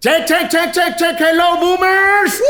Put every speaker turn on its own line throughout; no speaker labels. Check, check, check, check, check, hello, boomers.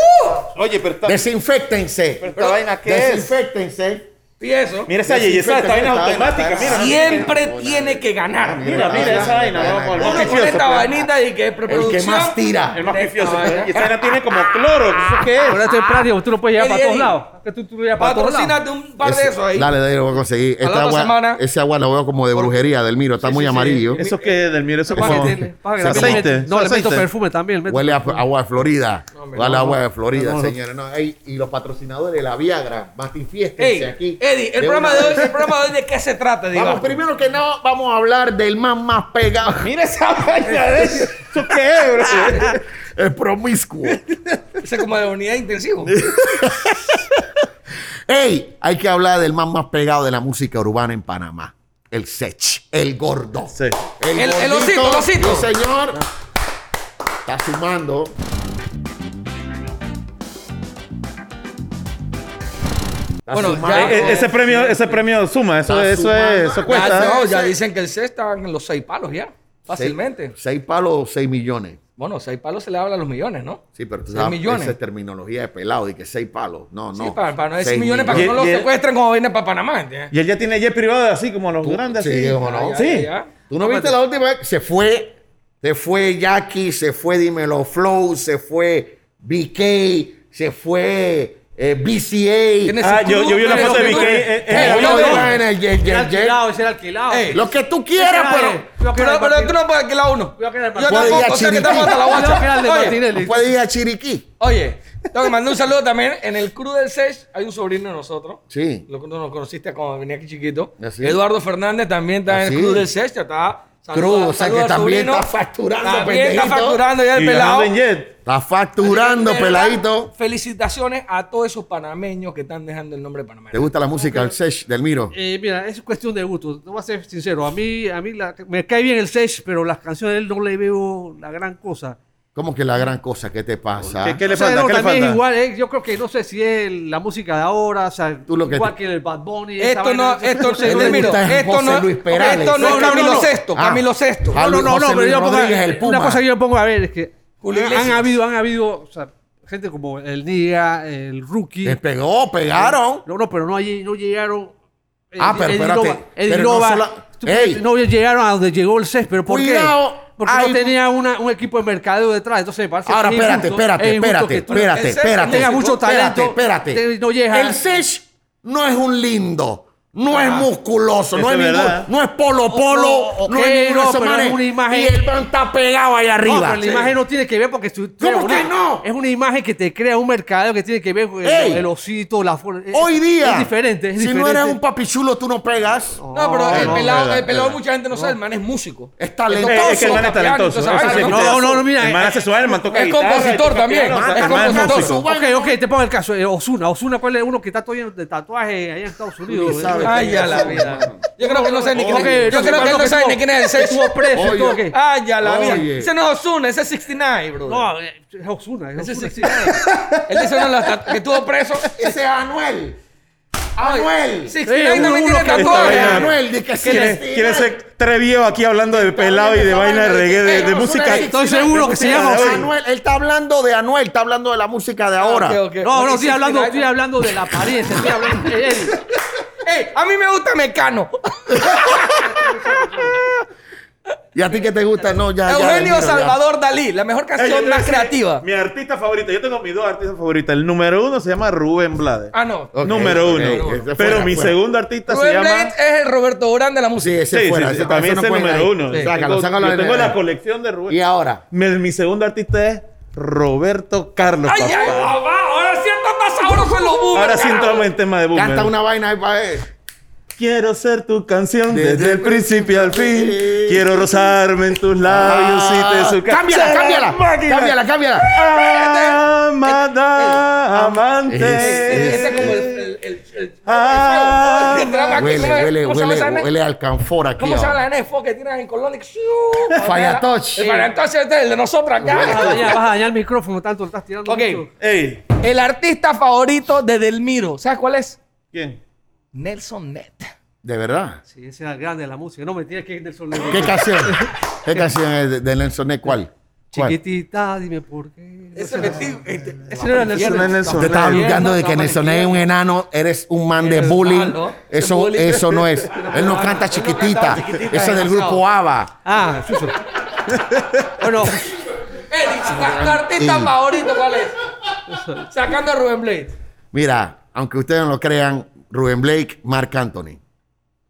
Oye, pero está.
Desinféctense.
Pero esta vaina, ¿qué es?
Desinféctense.
Y eso.
Mira esa yeyesa, esta vaina es automática. Mira, no-
Siempre tiene que ganar.
mira, mira esa vaina. vamos, el más
Uno con
pifioso,
esta
pues.
vainita y que es
El que
preproducción.
más tira.
El más pifioso.
Esta vaina.
pues. Y esta vaina tiene como cloro. ¿Eso qué es?
Ahora esto
Ah.
es práctico, tú lo puedes llevar
Ey,
para todos
ey.
lados. Que tú, tú lo llevas para todos lados.
Patrocínate un par de
Ese-
esos ahí.
Dale, dale, lo voy a conseguir. Esta
la otra
agua-
semana.
ese agua la veo como de brujería, del miro. Está muy
sí, sí.
amarillo.
¿Eso qué es del mire? Eso
Para
como.
que tiene- para que
Se
también le-
aceite,
No, le
se
meto
aceite.
perfume también. le meto-
Huele a f- agua de Florida.
hombre,
Huele a
no,
agua de Florida,
no, no.
señores. No, ey, y los patrocinadores de la Viagra,
Ey,
Batinfiéstense aquí.
Eddie, el
De
programa
una
de hoy,
vez.
el programa de hoy, ¿de qué se trata,
Vamos,
digamos?
primero que nada, vamos a hablar del más más pegado.
Mira esa vaina de eso. ¿Eso qué es, bro?
El promiscuo.
Ese es como de unidad intensivo.
Ey, hay que hablar del más más pegado de la música urbana en Panamá. El Sech, el gordo.
Sí. E,
El,
El- el
gordito,
osito, el osito.
sí, señor. Está sumando. Está
Bueno,
sumando.
ya-
Eh, eh, Ese premio, ese premio suma, eso,
Está
eso, es,
sumando.
eso
Ya,
cuesta.
no,
¿eh?
ya dicen que el C está en los seis palos ya. Fácilmente.
eh, Seis, seis palos, seis millones.
Bueno, seis palos se le habla a los millones, ¿no?
Sí, pero tú
Seis
sabes,
millones.
esa es terminología de pelado, y que seis palos. No, no.
sí, para, para no decir
Seis
millones, para que
millones.
no los
Y- y-
secuestren como vienen para Panamá, ¿entiendes?
Y él ya tiene jet privado así como los grandes.
sí,
así.
cómo no.
Ya,
Sí.
Ah,
ya, ya.
¿Tú no viste la última vez? Se fue, se fue Jackie, se fue Dímelo Flow, se fue BK, se fue eh, BCA.
Tienes
Ah,
un
yo- yo
club,
vi una
tienes
foto de
un
Vicky,
club.
eh, eh,
Ey,
eh,
yo
yo-
digo,
yo-
Bueno, ye-
Ese
ye-
era
ye-
alquilado, ese era alquilado.
Ey,
Lo que tú
Ese
quieras,
era él.
pero.
Iba
Pero,
a parar el
pero
partido.
tú no puedes alquilar uno.
Iba a parar el
Yo
partido.
Puede ir
tampoco,
a
o sea que
Chiriquí.
estamos hasta la
Iba a parar el de
guacha. Oye,
Martinelli.
Puedes ir a Chiriquí.
Oye, tengo que mandar un saludo también. En el crew del SESH hay un sobrino de nosotros.
Sí.
Lo que tú nos conociste cuando venía aquí chiquito.
Así.
Eduardo Fernández también está en
Así.
el crew del SESH. Está.
Cruz, o sea que
saluda al
también
sobrino.
está facturando,
También está
pendejito.
facturando ya el
Y ganando
pelado.
en jet.
Está facturando,
De verdad,
peladito.
Felicitaciones a todos esos panameños que están dejando el nombre de Panamá.
¿Te gusta la música del Sesh, del Miro?
Eh, mira, es cuestión de gusto. No voy a ser sincero. A mí, a mí la- me cae bien el Sech, pero las canciones de él no le veo la gran cosa.
¿Cómo que la gran cosa? ¿Qué te pasa?
¿Qué, qué
O
le
sea,
falta?
no,
¿Qué le
también
falta?
es igual. eh, yo creo que no sé si es la música de ahora, o sea,
Tú lo que
igual
te-
que el Bad Bunny. esa
Esto
vaina,
no, esto,
sé,
él
no
le
mira,
le miro.
gusta es
esto
José
no,
Luis Perales.
esto no es
No, no,
Camilo
no.
Sexto,
Ah.
Camilo Sexto.
Ah,
No, no, no,
José
no, pero
Luis
yo pongo,
Rodríguez, el Puma.
una cosa que yo pongo a ver es que
Julio
han,
Iglesias.
han habido, han habido, o sea, gente como el Niga, el Rookie.
Les pegó, pegaron.
No, no, pero no, allí- no llegaron.
Ah, pero espérate,
El
pero no
Nova,
sola-
tú-
Ey.
no llegaron a donde llegó el CES, pero ¿por
Cuidado,
qué? Porque
hay-
no tenía una- un equipo de mercadeo detrás. Entonces me parece
Ahora,
que es
espérate,
injusto-
espérate,
es injusto
espérate,
que tú-
espérate,
el Sesh
espérate.
tenga
mucho
Espérate,
talento,
Espérate,
te- no llega.
El Sesh no es un lindo. No es musculoso, no
Eso
es,
es
ningún-
verdad.
no es polo polo,
o-
no es
ok,
ninguno de
no,
esos
pero
manes.
es una imagen-
Y el man está pegado ahí
No,
arriba.
pero la imagen no tiene que ver porque tú, tú-
¿Cómo que
una-
no?
es una imagen que te crea un mercadeo que tiene que ver con el,
Ey.
el osito, la forma. es-
Hoy día,
Es diferente. es
si no
diferente.
eres un papichulo, tú no pegas.
No, pero el
no,
pelado,
verdad,
el pelado
verdad.
mucha gente no sabe, el man es músico.
Es talentoso.
Eh, Es que el man es talentoso. eso
Capiano,
sí
entonces,
es
no,
talentoso.
no, no, mira,
El man
eh,
hace su alma, man toca
es
guitarra,
compositor
toca
también,
piano,
es
el man
compositor.
músico.
Ok, ok, te pongo el caso. eh, Osuna, Osuna, ¿cuál es uno que está todavía de tatuaje allá en Estados Unidos?
sabes.
Ay, a la vida. Yo creo que no sabe ni quién
Ok,
es. Yo
entonces,
creo que él
¿cuándo
no sabe
estuvo-
ni quién es el sexto.
Estuvo preso,
Oye.
estuvo qué.
Ay, a la vida.
Oye.
Ese no es Ozuna, ese es 69, bro.
Ah, No, eh, es Osuna, es
ese Ah, es
Ozuna.
69. Él dice no, la tat- que estuvo preso.
Ese es Anuel. Anuel.
69
uno-
también tiene
uno que-
Oye,
Esta
tatuaje.
vaina-
Anuel, dice que sí.
¿Quiere, quiere ser trevio aquí hablando de pelado y de vaina de reggae, de, de música.
Estoy seguro que se llama
Oye.
Osuna.
Anuel, él está hablando de Anuel, está hablando de la música
Ah,
de ahora.
Ok, ok.
No, no, estoy
69.
hablando, estoy hablando de la apariencia, estoy hablando de él.
Ey, a mí me gusta Mecano.
¿Y a ti qué te gusta? No, Ah, ya. ya,
Eugenio
mira, ya.
Salvador Dalí, la mejor
Ey, yo
canción
te
más
decía,
creativa.
Mi artista favorita, yo tengo mis dos artistas favoritas. El número uno se llama Rubén Blades.
Ah, no.
Ok,
número
ok,
uno.
ese
Pero
fuera,
mi
fuera.
segundo artista se
Rubén
llama.
Blades es el Roberto Durán de la
Sí,
música.
ese
Sí,
fuera.
sí,
ese
sí, para mí
ese no
ese es el
cuenta
número
ahí.
uno.
Sí, Sácalo,
Tengo-
sácalo.
yo
del-
tengo la colección de Rubén.
Y ahora.
Mi, mi segundo artista es Roberto Carlos.
¡Ay,
papá.
ay, papá! Ahora sí está más sabroso en los boomers.
Ahora sí
carajo.
entramos en tema de boomer.
Canta una vaina eh. ahí para ver.
Quiero ser tu canción
Desde
desde,
el
el principio al fin.
Sí.
Quiero rozarme en tus labios y
Ah,
te suca.
Cámbiala,
Será
cámbiala.
máquina.
Cámbiala, cámbiala.
Amada,
Ese-
amante.
Ese es como el. el, el, el-
Ah.
el drama que-
Este, Huele,
¿cómo es?
huele,
¿Cómo se llama esa
huele,
vaina?
huele al canfor aquí.
¿Cómo se llama
ahora.
la NFO que tiran en Colón?
Fallatosh.
Fallatosh este es el de nosotros
Vas a
acá.
dañar, vas a dañar el micrófono tanto, lo estás tirando.
Ok.
mucho.
Ey,
El artista favorito de Delmiro. ¿Sabes cuál es?
¿quién?
Nelson Net.
De verdad.
Sí, ese era el grande de la música. No me tienes que ir del sol.
¿Qué canción? ¿Qué canción es de- de Nelson Ned? ¿Cuál? ¿Cuál?
Chiquitita, dime por qué.
Ese
No sé.
efectivo. este-
Ese no era Nelson.
Nelson, no es Nelson.
Te estaba
Bien,
buscando de que
está
Nelson
mal.
es un enano, eres un man de
Eres
bullying.
malo.
Eso,
Bullying.
eso no es. Él no canta chiquitita. Eso es del grupo ABBA.
Ah, Suso. bueno,
Eric, tu artista
Sí.
favorito, ¿cuál es? Sacando a Rubén Blade.
Mira, aunque ustedes no lo crean, Rubén Blake, Marc Anthony,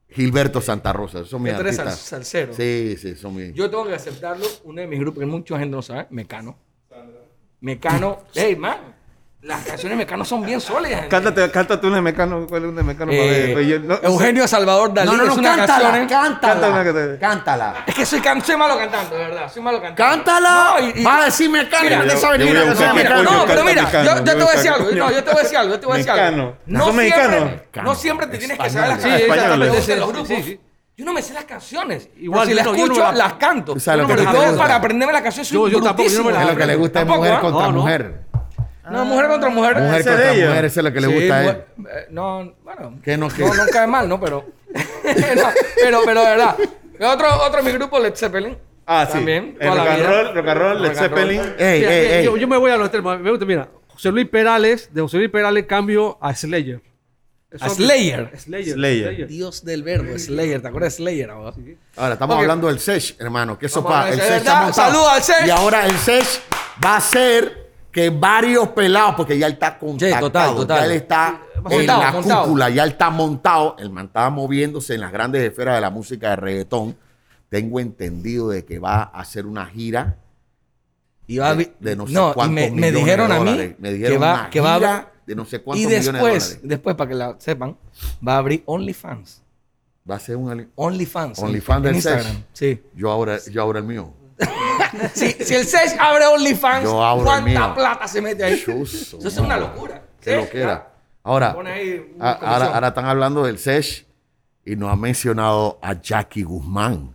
Gilberto Santa Rosa, esos son mis
Yo tres sal,
artistas.
salsero.
Sí, sí, son mis.
Yo tengo que aceptarlo. Uno de mis grupos que mucha gente no sabe, Mecano. Mecano. Hey, man. Las canciones de Mecano son bien sólidas. gente.
Cántate, cántate una de Mecano. ¿Cuál es una de Mecano? Para ver,
Eh,
pues yo- no-
Eugenio Salvador Dalí
No, no,
es
no,
una
cántala,
canción.
cántala,
Cántala,
cántala.
cántala.
Es que soy, can- soy malo cantando, de verdad. Soy malo cantando.
Cántala.
No, y- y-
Va a decirme
Mira,
cántala.
yo-
No sabe
yo
ni
voy
una
a
canción de
buscar qué
Mira,
Mecano.
coño
no, pero
canta
mira,
Mecano?
yo, yo te
Yo
voy a
canta
decir algo. No,
coño.
yo te voy a decir algo. Yo te voy a decir algo.
Mexicano.
No
¿Son mexicanos?
siempre, no siempre te tienes que saber las
Sí,
canciones.
españoles.
exactamente, de los grupos.
Sí, sí.
Yo no me sé las canciones.
Igual,
Igual, si
yo
las
no- yo no
escucho,
me la-
las canto.
O sea,
Yo
lo
no
que
me
a
la-
ti te
yo
gusta.
para aprenderme la canción soy
Yo- yo tampoco, yo no me la
Es lo
brutísimo.
que le gusta es
Tampoco,
mujer
¿ah?
contra
No, no.
mujer.
No, mujer contra mujer.
Mujer
Ese
contra
de ella.
mujer, eso es lo que le
Sí,
gusta a él.
mu- eh, No, bueno.
¿Qué no qué?
No, no cae mal, ¿no? Pero. no, pero, pero de verdad. Otro, otro de mi grupo, Led Zeppelin.
Ah, sí.
También.
El
toda
rock
la
and
vida.
roll, rock and roll, Led
Rock and roll. Eh,
Zeppelin.
Ey,
mira,
ey,
mira,
ey.
Yo, yo me voy a los extremos. Me gusta, mira, José Luis Perales, de José Luis Perales cambio a Slayer. Eso-
A Slayer.
Slayer.
Slayer.
Dios del verbo, Slayer. ¿Te acuerdas de Slayer? ahora?
Ahora estamos
Ok.
hablando del SESH, hermano. Que eso
Vamos
pa,
a ver,
el
es
SESH está
verdad.
montado.
Saluda al SESH.
Y ahora el SESH va a ser que varios pelados, porque ya él está contactado,
total, total.
ya él está en
Montado,
la
montado.
cúpula, ya él está montado. El man estaba moviéndose en las grandes esferas de la música de reggaetón. Tengo entendido de que va a hacer una gira
Y va a vi-
de no sé
no, y
cuántos
me, me
millones
dijeron
de
a mí
dólares. Me dijeron
que va,
una
que va a
gira
abrir-
de no sé cuántos
Y
millones de
después,
dólares.
después, para que la sepan, va a abrir OnlyFans.
Va a ser un... ali-
OnlyFans. en-
OnlyFans
en
del
Instagram.
Sesh.
Sí.
Yo ahora, yo ahora el mío.
si, si el Sesh abre OnlyFans,
Yo abro el mío.
¿cuánta plata se mete ahí?
Chuzo,
Eso es
mano.
una locura.
que lo
Sí,
que
claro.
era. Ahora,
Pone ahí una
a- ahora,
comisión.
ahora están hablando del SESH y nos ha mencionado a Jackie Guzmán.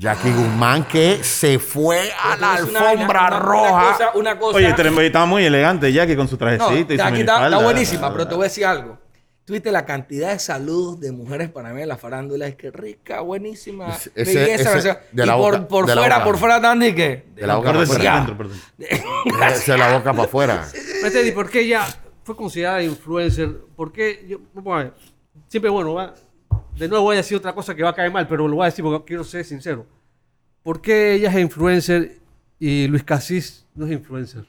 Jackie Guzmán que se fue a la
Es una
alfombra
vaina, una-
roja.
Una cosa, una cosa.
Oye, tre- estaba muy elegante Jackie con su
No,
trajecito y su
aquí está,
minifalda.
está buenísima, pero te voy a decir algo. Tuviste la cantidad de saludos de mujeres para mí en la farándula. Es que rica, buenísima.
Ese- ese-
belleza.
ese-
o sea,
de
y
la
por,
boca,
por
de la
fuera,
boca.
por fuera, Tandy, que.
De la boca para
Por dentro,
afuera.
por
Ya.
dentro, por dentro.
Se la boca para afuera.
Espérate, Este, ¿y por qué ella fue considerada influencer? ¿Por qué? Yo, vamos a ver. Siempre, bueno, va- de nuevo voy a decir otra cosa que va a caer mal, pero lo voy a decir porque quiero ser sincero. ¿Por qué ella es influencer y Luis Casís no es influencer?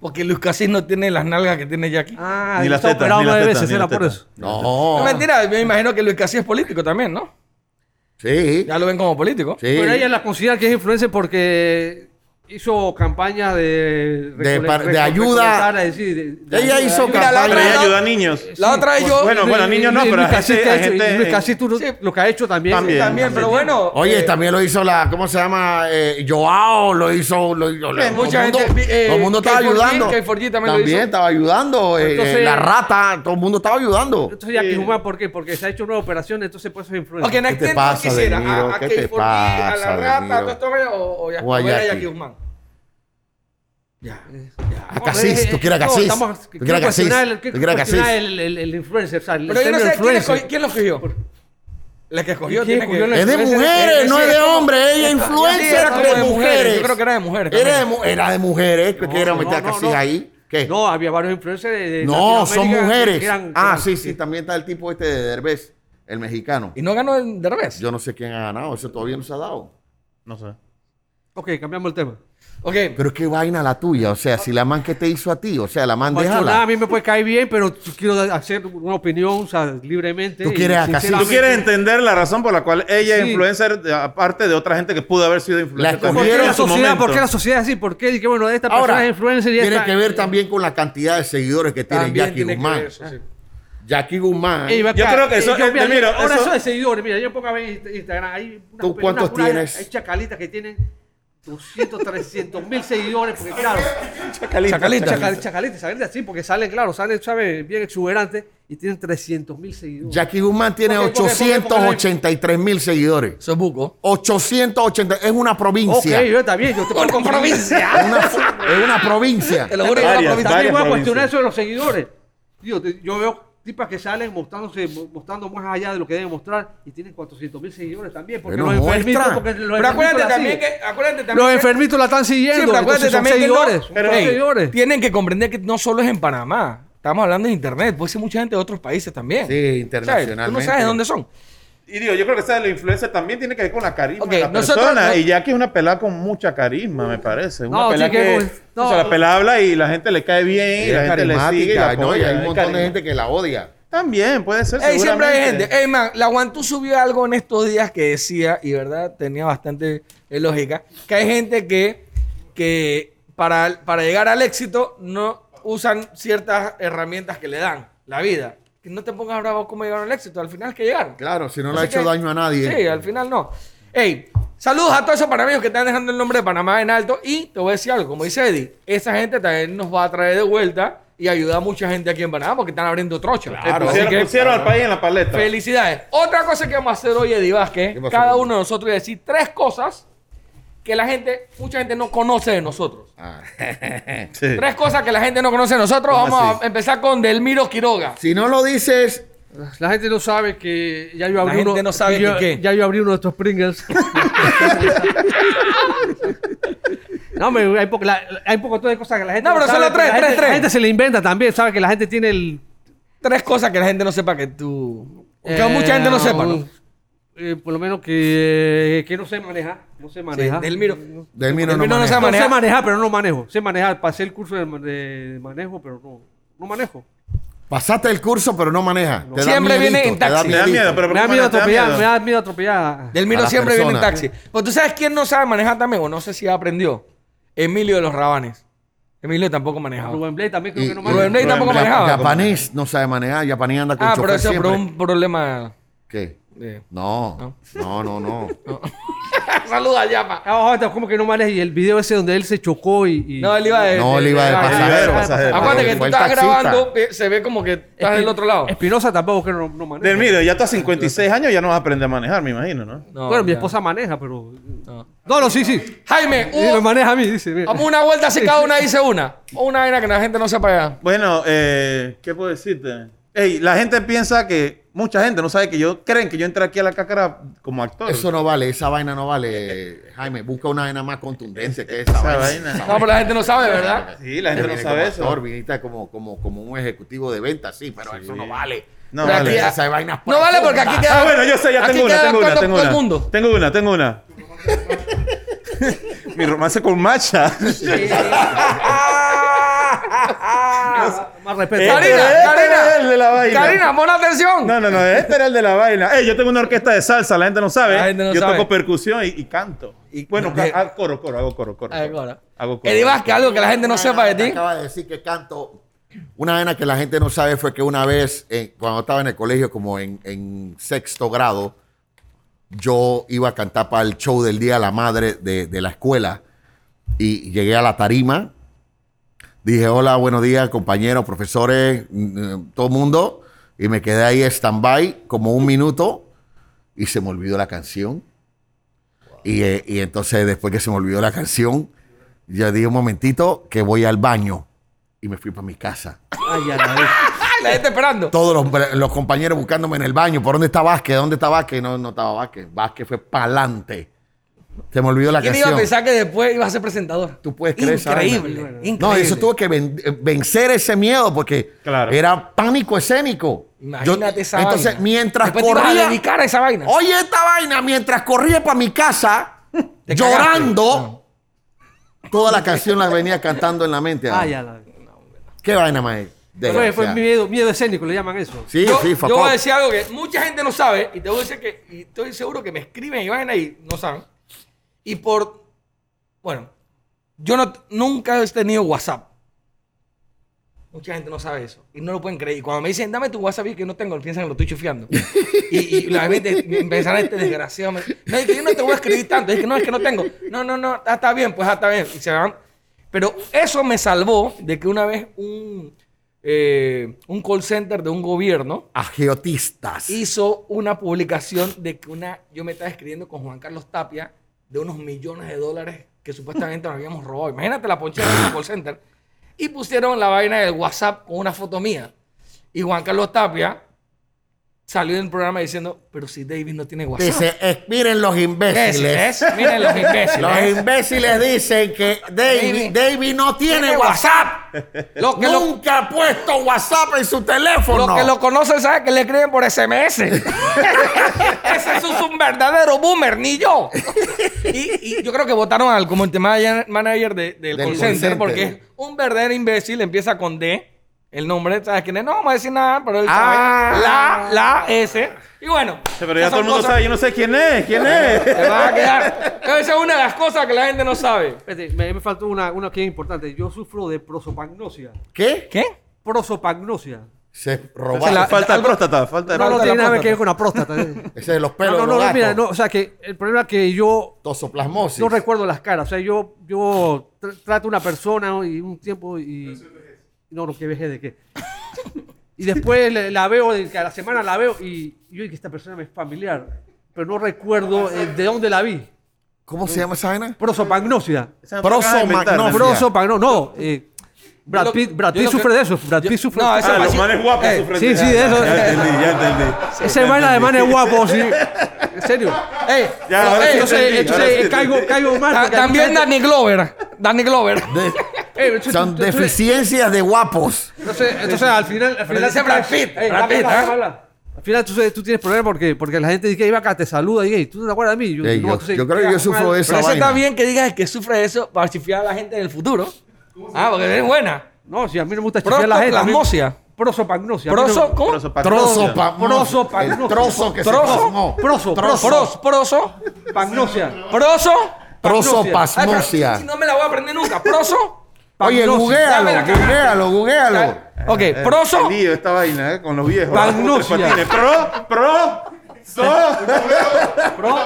Porque Luis Casís no tiene las nalgas que tiene Jackie.
Ah,
Ni
y
las
está
tetas,
operado
ni las
nueve
tetas,
veces,
ni
era
las
por
tetas.
eso.
No,
No.
mentira, me imagino que Luis Casís es político también, ¿no?
Sí.
Ya lo ven como político.
sí.
Pero ella la considera que es influencer porque hizo campaña de...
De
recole-
par- de
reco-
ayuda.
recolectar, es decir, de- de
Ella
ayuda,
hizo
ayuda.
Pero
Mira, la
campaña.
otra-
ella ayuda a niños.
La otra vez yo.
Bueno, bueno, niños no,
Luis-
pero a
Luis Casís,
gente...
¿qué ha
a
hecho? Y
gente-
Luis Casís, tú
este Sí.
lo que ha hecho también.
También.
también, pero bueno.
Oye,
eh,
también lo hizo la, ¿cómo se llama? Eh, Joao, lo hizo, lo, lo- lo-
mucha
todo el
gente,
mundo,
eh,
todo el mundo estaba
K4G,
ayudando.
K4G también lo hizo.
estaba ayudando, eh,
Entonces-
eh, la rata, todo el mundo estaba ayudando.
Entonces ya que Guzmán, ¿por qué? Porque se ha hecho una operación, entonces por eso es influencer.
Ok, Next
te
Gen
pasa,
quisiera
De Niro?
a, a
¿Qué
Kate
te
Forney, a
pasa,
la
De
rata, a
Niro?
todo esto, o, o, ya-
O a
o ver a
Jackie.
Jackie Guzmán. Ya.
A
No,
Casis,
eh,
tú quieres a
no,
Casis.
estamos-
Tú
quiero
quieres a Casis.
cuestionar el-
Tú
quiero
quieres a Casis.
cuestionar el- el- el influencer, o sea, el
Pero yo no
término
sé quién,
influencer.
escogió- quién lo escogió. La que escogió tiene
¿Quién escogió la-
que...
Es de
influencer,
mujeres,
es
no es
decir,
de
es como-
hombres, ella es
Sí, era
influencer
como
de
de mujeres,
mujeres.
yo creo que era de mujeres
Era de,
también.
mu- era de mujeres, que
No,
quiero
no,
meter a
no,
Casis
no.
ahí. ¿Qué?
No, había varios influencers de, de
No, son
Latinoamérica
mujeres.
que eran-
ah,
eran-
sí, sí, también está el tipo este de Derbez, el mexicano.
Y no ganó el de revés.
Yo no sé quién ha ganado, eso todavía no se ha dado.
No sé.
Ok, cambiamos el tema.
Ok.
Pero qué vaina la tuya, o sea, si la man que te hizo a ti, o sea, la man
Guachona, a
déjala.
mí me puede caer bien, pero yo quiero da- hacer una opinión, o sea, libremente.
Tú
y
quieres a Casillas.
Tú
sinceramente.
quieres entender la razón por la cual ella es
Sí.
influencer, de- aparte de otra gente que pudo haber sido influencer.
La
¿Por
también
qué
escogieron
en
la
su
sociedad?
momento.
¿Por qué la sociedad es así? ¿Por qué? Y que bueno, esta persona
Ahora,
es influencer y
tiene
esta-
que ver también con la cantidad de seguidores que tiene
también
Jackie
tiene que
Guzmán.
ver eso, sí.
Jackie Guzmán.
Ey, va
Yo
acá.
creo que
Eh,
eso- eh,
mira,
mira,
ahora
eso-
eso de seguidores, mira, yo pongo a ver en Instagram, hay unas-
¿Tú cuántos
unas- unas-
tienes?
Hay chacalitas que tienen 200, 300 mil seguidores, porque claro,
Chacalita.
Chacalita.
chacal- chacalitas, salen así, porque salen, claro, salen, ¿sabes? Bien exuberantes y tienen 300 mil seguidores.
Jackie Guzmán tiene
Porque, porque, porque, porque,
883 mil seguidores.
Eso es buco.
880, es una
ok,
provincia.
yo también, yo te puedo
Una provincia.
Es una, es una provincia.
Te lo juro que
Varias,
era
También
varias
voy a
provincias.
cuestionar eso de los seguidores. Tío, te- yo veo tipas que salen mostrándose, mo- mostrando más allá de lo que deben mostrar y tienen 400 mil seguidores también. Porque
Bueno,
los enfermitos,
muestran.
porque los
Pero acuérdate
enfermitos la
también
siguen.
que. Acuérdate también
Los
que-
enfermitos la están
Sí,
siguiendo.
pero acuérdate
entonces son
también que no-
seguidores. son
pero- Ey,
seguidores.
tienen que comprender que no solo es en Panamá. Estamos hablando de internet. Puede ser mucha gente de otros países también.
Sí,
¿Sabes? Tú no
internacionalmente.
sabes de dónde son.
Y digo, yo creo que esa de la influencer también tiene que ver con la carisma
Ok,
de la
nosotros-
persona.
no-
Y Jackie es una pelada con mucha carisma, me parece. Una
No, sí
pelada
que
que...
es como-
o sea,
no.
la pelada habla y la gente le cae bien, y
Ella
la
es
gente le sigue y la
carismática, ¿no? Y
apoya,
hay
eh,
un
es
montón de
carisma-
gente que la odia.
También, puede ser
Ey, siempre hay
seguramente.
gente. Ey, man, la Guantú subió algo en estos días que decía, y verdad, tenía bastante eh, lógica, que hay gente que, que para, para llegar al éxito no usan ciertas herramientas que le dan la vida. Que no te pongas bravo cómo llegaron al éxito. Al final es que llegaron.
Claro, si no le ha
Así
hecho
que-
daño a nadie.
Sí, al final no. Ey, saludos a todos esos panameños que están dejando el nombre de Panamá en alto. Y te voy a decir algo, como dice Eddie, esa gente también nos va a traer de vuelta y ayuda a mucha gente aquí en Panamá porque están abriendo trocha.
Le
Claro,
pusieron,
Así que,
pusieron al país en la paleta.
felicidades. Otra cosa que vamos a hacer hoy, Eddie Vázquez,
¿Qué pasó,
cada
Pablo?
uno de nosotros va a decir tres cosas que la gente, mucha gente no conoce de nosotros.
Ah.
Sí.
Tres cosas que la gente no conoce de nosotros.
¿Cómo
Vamos
así?
a empezar con Delmiro Quiroga.
Si no lo dices,
La gente no sabe que ya yo abrí
La gente
uno.
no sabe
que yo-
que qué.
Ya yo abrí uno de estos Pringles. no, hombre, hay, poco, la- hay un poco de cosas que la gente.
No, pero
sabe,
solo tres,
la
tres,
gente-
tres.
La gente se le inventa también, sabe que la gente tiene el.
Tres cosas que la gente no sepa que tú... Que
eh,
mucha gente no sepa, ¿no?
eh, por lo menos que, eh, que no sé manejar. No sé manejar.
Delmiro.
Delmiro no
Delmiro no
maneja.
sabe
No
manejar.
sé manejar, pero no manejo. Sé manejar. Pasé el curso de, de manejo, pero no, no manejo.
Pasaste el curso, pero no maneja. Te da
Siempre viene
miedito,
en
te da
taxi.
Me da
miedito.
miedo, pero
Me da miedo
bueno, te da
atropellar.
miedo.
Me da miedo atropellar.
A
Delmiro
las
siempre viene en
personas.
taxi. Pero tú sabes quién no sabe manejar también, o no sé si aprendió. Emilio de los Rabanes. Emilio tampoco manejaba.
Rubén Blade también creo
Y-
que no
y-
maneja.
Rubén Blade tampoco
Ya-
manejaba.
Japanés no sabe manejar. Japanés anda con
Ah, pero
chofer
eso es
siempre.
por un problema.
¿Qué?
de-
No, no, no, no.
Saluda, Yapa.
Ah, ojo, ¿cómo que no maneja? Y el video ese donde él se chocó y. y-
No, él iba de.
No, él iba de
eh,
pasajero.
pasajero.
Acuérdate que tú
Fue el
estás
taxista.
grabando, eh, se ve como que estás del otro lado.
Espinosa tampoco que no, no maneja.
Delmiro, ya tú a 56 años ya no vas a aprender a manejar, me imagino, ¿no?
No,
bueno, mi
ya.
esposa maneja, pero.
No.
No, no, sí, sí.
Jaime,
Sí, me
hubo-
maneja a mí, dice. mira.
vamos una vuelta si cada una dice una. O una vaina que la gente no sepa ya.
Bueno, eh, ¿qué puedo decirte? Ey, la gente piensa que, mucha gente no sabe que yo, creen que yo entré aquí a la cácara como actor.
Eso no vale, esa vaina no vale. Jaime, busca una vaina más contundente que esa,
Esa
vaina.
vaina.
Esa
No, pero la gente no sabe, ¿verdad?
Sí, la gente no
Viniste
sabe
como
eso.
actor, viniste como, como, como un ejecutivo de venta, sí, pero eso no vale.
No
Pero
vale.
aquí esa vaina
No vale porque aquí queda.
Ah, bueno, yo sé, ya
aquí
tengo una,
queda
tengo una,
corto
tengo
todo
una.
el mundo.
Tengo una, tengo una. Mi romance con Macha.
Este
Este
Ah, más respeto.
Eh,
Karina,
Este
Karina.
es el de la vaina.
Karina, pon atención.
No, no, no, este era el de la vaina. Ey, yo tengo una orquesta de salsa, la gente no sabe.
La gente no
yo
sabe.
toco percusión y, y canto.
Y-
bueno,
de-
ca- ah, coro, coro, hago coro, coro.
Ay,
coro.
ahora.
Hago coro.
Eddie Vázquez, algo que la gente no sepa de ti.
Acaba de decir que canto. Una vaina que la gente no sabe fue que una vez, eh, cuando estaba en el colegio, como en, en sexto grado, yo iba a cantar para el show del Día de la Madre de, de la escuela y llegué a la tarima. Dije, hola, buenos días, compañeros, profesores, mm, todo el mundo. Y me quedé ahí stand-by como un minuto y se me olvidó la canción. Y, eh, y entonces, después que se me olvidó la canción, yo dije un momentito que voy al baño. Y me fui para mi casa.
Ay, a la vez.
Ay, la gente esperando.
Todos los, los compañeros buscándome en el baño. ¿Por dónde está Vázquez? ¿Dónde está Vázquez? No, no estaba Vázquez. Vázquez fue pa'lante. Se me olvidó la
¿Quién iba
canción.
a pensar que después iba a ser presentador?
Tú puedes creer esa vaina.
Increíble. increíble.
No, eso tuve que ven- eh, vencer ese miedo porque
Claro.
era pánico escénico.
Imagínate
Yo-
esa
Entonces,
vaina.
mientras
Después te ibas a
corría.
dedicar a esa vaina.
Oye, esta vaina, mientras corría para mi casa,
Te
llorando, toda la canción la venía cantando en la
Ah,
mente. Adam.
Ay, a Ah, la vez.
¿Qué vaina, más?
Fue, fue
desgraciado.
miedo, miedo escénico, le llaman eso.
Sí,
yo,
sí,
yo
fuck
voy a
off.
decir algo que mucha gente no sabe y te voy a decir que y estoy seguro que me escriben y vaina y no saben. Y por... Bueno, yo no, nunca he tenido WhatsApp. Mucha gente no sabe eso y no lo pueden creer. Y cuando me dicen, dame tu WhatsApp y que no tengo, piensan que lo estoy chufiando. y, y la gente pensará este desgraciado. me- No, es que yo no te voy a escribir tanto. Es que no, es que no tengo. No, no, no, ah, está bien, pues ah, está bien. Y se van. Pero eso me salvó de que una vez un, eh, un call center de un gobierno
Agiotistas.
hizo una publicación de que una, yo me estaba escribiendo con Juan Carlos Tapia de unos millones de dólares que supuestamente nos habíamos robado. Imagínate la ponchera del call center. Y pusieron la vaina del WhatsApp con una foto mía. Y Juan Carlos Tapia salió en el programa diciendo, pero si David no tiene WhatsApp.
Dice, eh, miren los
Es,
imbéciles.
es, miren los imbéciles.
Los imbéciles dicen que David,
David-
David no tiene
tiene
WhatsApp.
WhatsApp. Los que lo,
Nunca ha puesto WhatsApp en su teléfono.
los que lo conocen saben que le escriben por SMS. Ese es un verdadero boomer, ni yo. Y, y yo creo que votaron al como el tema de manager de-
Del
del, call center,
call center.
porque es un verdadero imbécil. Empieza con D, el nombre, ¿sabes quién es? No vamos a decir nada, pero él sabe.
Ah.
La, la, S. Y bueno.
Pero ya
esas
todo el
son
mundo
cosas
sabe, yo no sé quién es, quién es.
que van a quedar. Esa es una de las cosas que la gente no sabe.
Espérate, me, me faltó una, una que es importante. Yo sufro de prosopagnosia.
¿Qué?
¿Qué?
prosopagnosia.
Se
Se
robaron.
la-
falta de
algo-
próstata, falta de
No, no
próstata.
tiene nada que ver con la próstata.
Ese de los pelos
no, no,
de los
no,
gatos.
mira, no, o sea que el problema es que yo
Tosoplasmosis.
no recuerdo las caras. O sea, yo, yo tr- trato a una persona y un tiempo y. No, no, que vejez de qué. Y después le- la veo, de que a la semana la veo y yo que esta persona me es familiar. Pero no recuerdo eh, de dónde la vi.
¿Cómo se llama esa vaina?
Prosopagnosia.
Esa me acaba de inventar,
Prosomagnosia.
¿no?
Prosopagnosia. No, eh, Brad
Yo lo-
Pitt, Brad
yo
Pitt
lo que-
sufre de eso. Brad Pitt sufre
no,
de
ese
Ah, los
vacío-
manes guapos
Eh,
sufren
sí, sí, de eso.
Ya entendí, ya entendí.
Ese vaina de man es guapo, sí. En serio. Ey,
Ya, ahora
ey,
sí
entonces,
entendí,
entonces,
ahora sí
caigo,
entendí.
caigo mal.
Ta-
porque
Ah, También
mucha gente-
Danny Glover. Danny Glover.
De-
Ey, entonces-
son
entonces-
deficiencias de guapos.
Entonces, entonces, al final. Al final
dice
tú-
Brad Pitt,
Ey,
Brad
habla,
Pitt,
habla,
¿ah?
habla. Al final entonces, tú tienes problemas porque, porque la gente dice, iba acá, te saluda y "Ey, tú no te acuerdas de mí.
Ey,
no,
yo-
entonces,
yo creo que yo
quedas
sufro
mal.
de eso.
Pero eso
vaina.
está bien que digas que sufre eso para chifiar a la gente en el futuro. Ah, porque es buena.
No, si a mí no me gusta chiflar a la gente. a mí-
Prosoplasmosia.
Prosopagnosia. a mí no-
Proso, ¿cómo?
Proso-
Trozo, pa-
Trozo, pa-
el trozo que
Trozo.
se plasmó.
Proso,
Trozo.
Pros, proso,
Pagnosia.
proso. Ay, pero
Prosopasmosia.
Si no me la voy a aprender nunca. Proso.
Oye,
Pagnosia.
googlealo,
Dame la cara.
googlealo, googlealo.
Ok,
Eh,
proso.
qué lío esta vaina, ¿eh? Con los viejos.
Pagnosia.
Patines. Pro, pro, so.
Pro.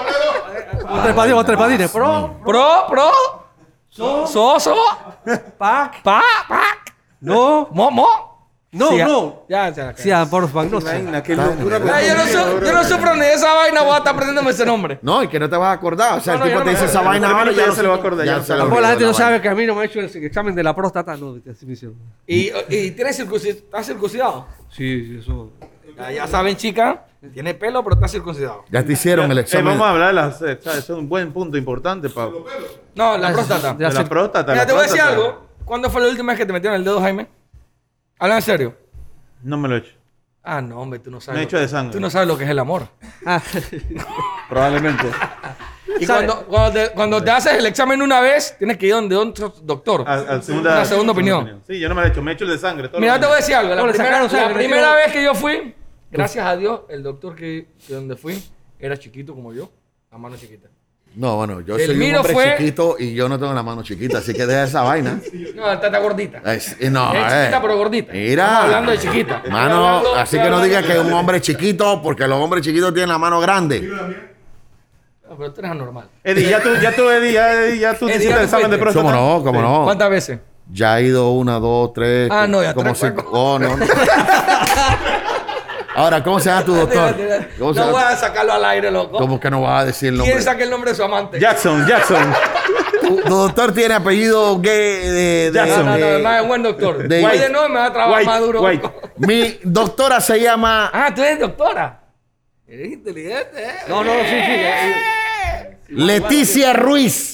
Tres patines, tres patines. Pro.
Pro, pro. So, so.
Pac.
Pa, pac.
No.
Mo, mo.
No,
Sí, ya.
no.
Ya, ya.
Sí, a prosopagnosia.
Vaina, qué locura.
Ay, Ah, yo, no su-
Eh,
yo no sufro ni de esa vaina, voy a estar aprendiéndome ese nombre.
No, y que no te vas a acordar. O sea,
No,
el
no,
tipo te
yo no me-
dice esa
en
vaina
tres
ahora
minutos
y ya
ya se lo va a acordar, ya se lo
olvidó
Tampoco la gente no
vaina.
sabe que a mí no me ha hecho el examen de la próstata, no, de- este así me hicieron.
Y, y tienes circuncidado. ¿Estás circuncidado?
Sí, sí, eso.
Ya, ya saben, chica. Tiene pelo, pero está circuncidado.
Ya te hicieron el
Eh,
examen.
vamos a hablar de las. eh, ¿sabes? Es un buen punto importante, Pablo.
No, la próstata.
Ya
De
sé.
la próstata.
Mira,
la
te voy a decir
próstata.
algo. ¿Cuándo fue la última vez que te metieron el dedo, Jaime? Habla en serio.
No me lo he hecho.
Ah, no, hombre, tú no sabes.
Me he
lo
hecho
que-
de sangre.
Tú no sabes lo que es el amor.
Ah,
Probablemente.
Y cuando, cuando te, cuando te haces el examen una vez, tienes que ir donde un doctor.
Ah,
A, a segunda,
Una segunda opinión.
Sí, yo no me lo he hecho. Me he hecho el de sangre. todo
Mira,
lo
te voy a decir algo. La
No, le
primera,
sacaron sangre,
la
le
primera
tiraron-
vez que yo fui, gracias a Dios, el doctor que, que donde fui era chiquito como yo, la mano chiquita.
No, bueno, yo
El
soy un
miro
hombre
fue-
chiquito y yo no tengo la mano chiquita, así que deja esa vaina.
No, está, está gordita.
Es- y no,
Es
eh.
chiquita, pero gordita.
Mira.
Estamos hablando de chiquita. Estoy
Mano,
hablando-
así
estoy
que no
hablando-
digas que es un hombre chiquito, porque los hombres chiquitos tienen la mano grande.
No, pero tú eres anormal.
Eddie, ya tú, ya tú, Eddie, ya, Eddie, ya tú te
Eddie,
hiciste
ya
el
te
examen de
fuiste.
próstata.
¿Cómo no? ¿Cómo no?
¿Cuántas veces?
Ya ha ido una, dos, tres.
Ah, no, ya
como
tres,
cinco.
cuatro.
Oh, no. no. Ahora, ¿cómo se llama tu doctor? ¿Cómo se
No voy
llama?
a sacarlo al aire, loco.
¿Cómo que no vas a decir el nombre?
¿Quién saca el nombre de su amante?
Jackson, Jackson.
Tu tu doctor tiene apellido gay de... de-
No,
Jackson.
no, no,
de-
no, es buen doctor.
De-
De, de nuevo me va a trabajar
White,
más duro.
White.
Mi doctora se llama...
Ah, tú eres doctora. Eres inteligente, ¿eh?
no, no, sí, sí. eh,
Leticia Ruiz.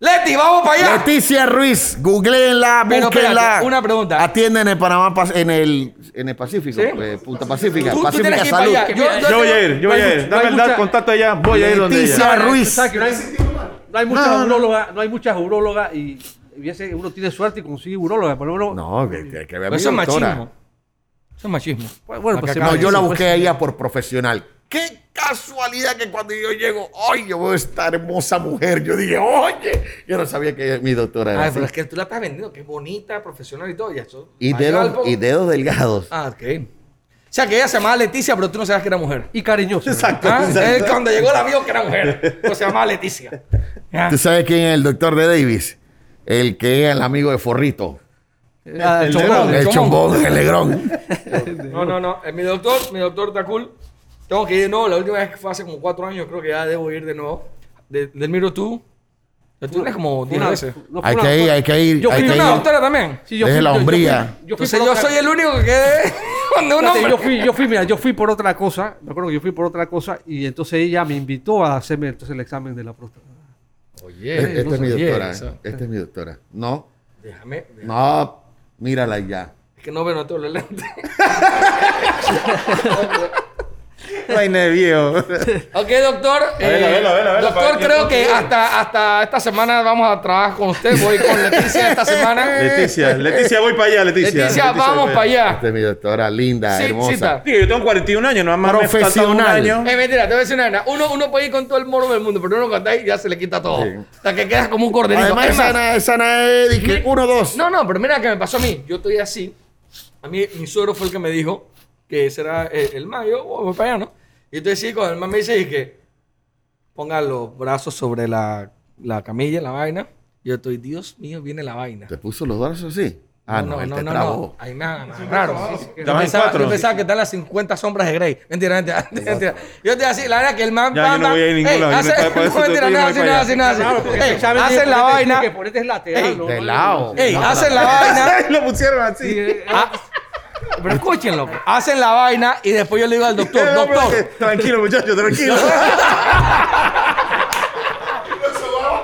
Leti, vamos para allá.
Leticia Ruiz. Googleenla,
Pero espérate,
búsquenla.
una pregunta.
Atiende en el Panamá, Pas- en el, en el Pacífico.
¿Sí?
eh, Punta Pacífica.
Tú- tú
Pacífica
tienes que ir para
Salud.
allá. Yo-
Yo voy a ir, yo voy
No
a
hay
ir. Dame
mucha- no
el
hay
da-
mucha-
contacto allá. Voy a ir donde
Leticia.
ella.
Ah,
tú
Ruiz.
sabes que No hay, no hay muchas
No, no.
urólogas, no hay muchas urólogas y y hubiese- uno tiene suerte y consigue uróloga, por lo menos.
No, que, que, que vea
Pero
mi
eso es
doctora.
machismo. Eso es machismo.
Bueno, pues
Acá
se
No,
acaba.
yo
Sí,
la
pues.
busqué a ella por profesional. Qué casualidad que cuando yo llego, ¡ay, yo veo esta hermosa mujer! Yo dije, ¡oye! Yo no sabía que mi doctora era
Ay,
así.
Ah, pero es que tú la estás vendiendo, que es bonita, profesional y todo. Y, eso,
Y
va a llegar al
dedos,
poco.
y dedos delgados.
Ah, ok. O sea, que ella se llamaba Leticia, pero tú no sabías que era mujer.
Y cariñoso.
Exacto.
Ah,
exacto.
él cuando llegó la vio que era mujer, pero se llamaba Leticia. Ya.
¿Tú sabes quién es el doctor de Davis? El que es el amigo de Forrito.
Ah,
El
chongón.
legrón.
El
chomón.
chombón, el legrón.
No, no, no. Eh, mi doctor, mi doctor está cool. Tengo que ir de nuevo. La última vez que fue hace como cuatro años, creo que ya debo ir de nuevo. De- del miro tú. Tú tienes como diez
Una-
veces.
no fue
Hay
una
que ir,
doctora.
hay que ir.
Yo
hay
fui
que
¿Tienes
ir.
una doctora también?
Sí, yo
Deje
fui-
la
yo- yo fui-
hombría.
fui
Entonces yo
uróloga.
soy el único que quedé cuando un
Fíjate,
hombre...
yo fui, yo fui, mira, yo fui por otra cosa, me acuerdo que yo fui por otra cosa y entonces ella me invitó a hacerme entonces el examen de la próstata.
E-
Oye,
Esta
no
es mi
sabía
doctora.
eso.
eh. Esta es mi doctora. No,
Déjame, déjame.
no, mírala ya.
Es que no veo no tengo los lentes.
Vaina de viejo.
Ok, doctor. eh,
vela, vela, vela, vela,
doctor,
para que
creo
no
que
te-
hasta, hasta esta semana vamos a trabajar con usted. Voy con Leticia esta semana.
Leticia, Leticia, voy para allá, Leticia.
Leticia, vamos
voy
para allá.
Esta Este es mi doctora linda,
Sí,
hermosa.
cita.
Digo, yo tengo 41 años, nada más me falta un
Profesional.
año.
Eh, mentira, te voy a decir una vaina. Uno, uno puede ir con todo el morbo del mundo, pero uno cuando ahí ya se le quita todo.
Sí.
Hasta que quedas como un corderito.
Además,
Es más,
esa na- esa na- dije, uno, dos.
No, no, pero mira que me pasó a mí. Yo estoy así. A mí, mi suegro fue el que me dijo que será el, el mayo. o voy para allá, ¿no? Y estoy así, cuando el man me dice que ponga los brazos sobre la, la camilla, la vaina. Yo estoy, Dios mío, viene la vaina.
¿Te puso los brazos así? Ah, no, él te trabó.
Ahí me agarraron. Yo
Estaban
pensaba,
cuatro.
yo pensaba que están las 50 sombras de Grey. Mentira, mentira. mentira. Yo te así, la verdad que el man.
Ya, yo no voy a ir a ningún
Ey,
lado, yo no
hace-
estaba- por eso
No,
te
mentira,
estoy
nada,
yendo
así,
para allá.
nada, así, nada, así.
Claro, porque
Ey,
el examen tiene
Hacen la
que ponerte-
vaina.
tiene este que ponerte es lateral.
Ey,
¿no?
de lado.
Ey, hacen la vaina.
Lo pusieron así.
Sí, eh,
Ah, pero escúchenlo.
pues.
Hacen la vaina y después yo le digo al doctor,
Eh, no, pero
doctor,
que- Tranquilo, muchacho, tranquilo.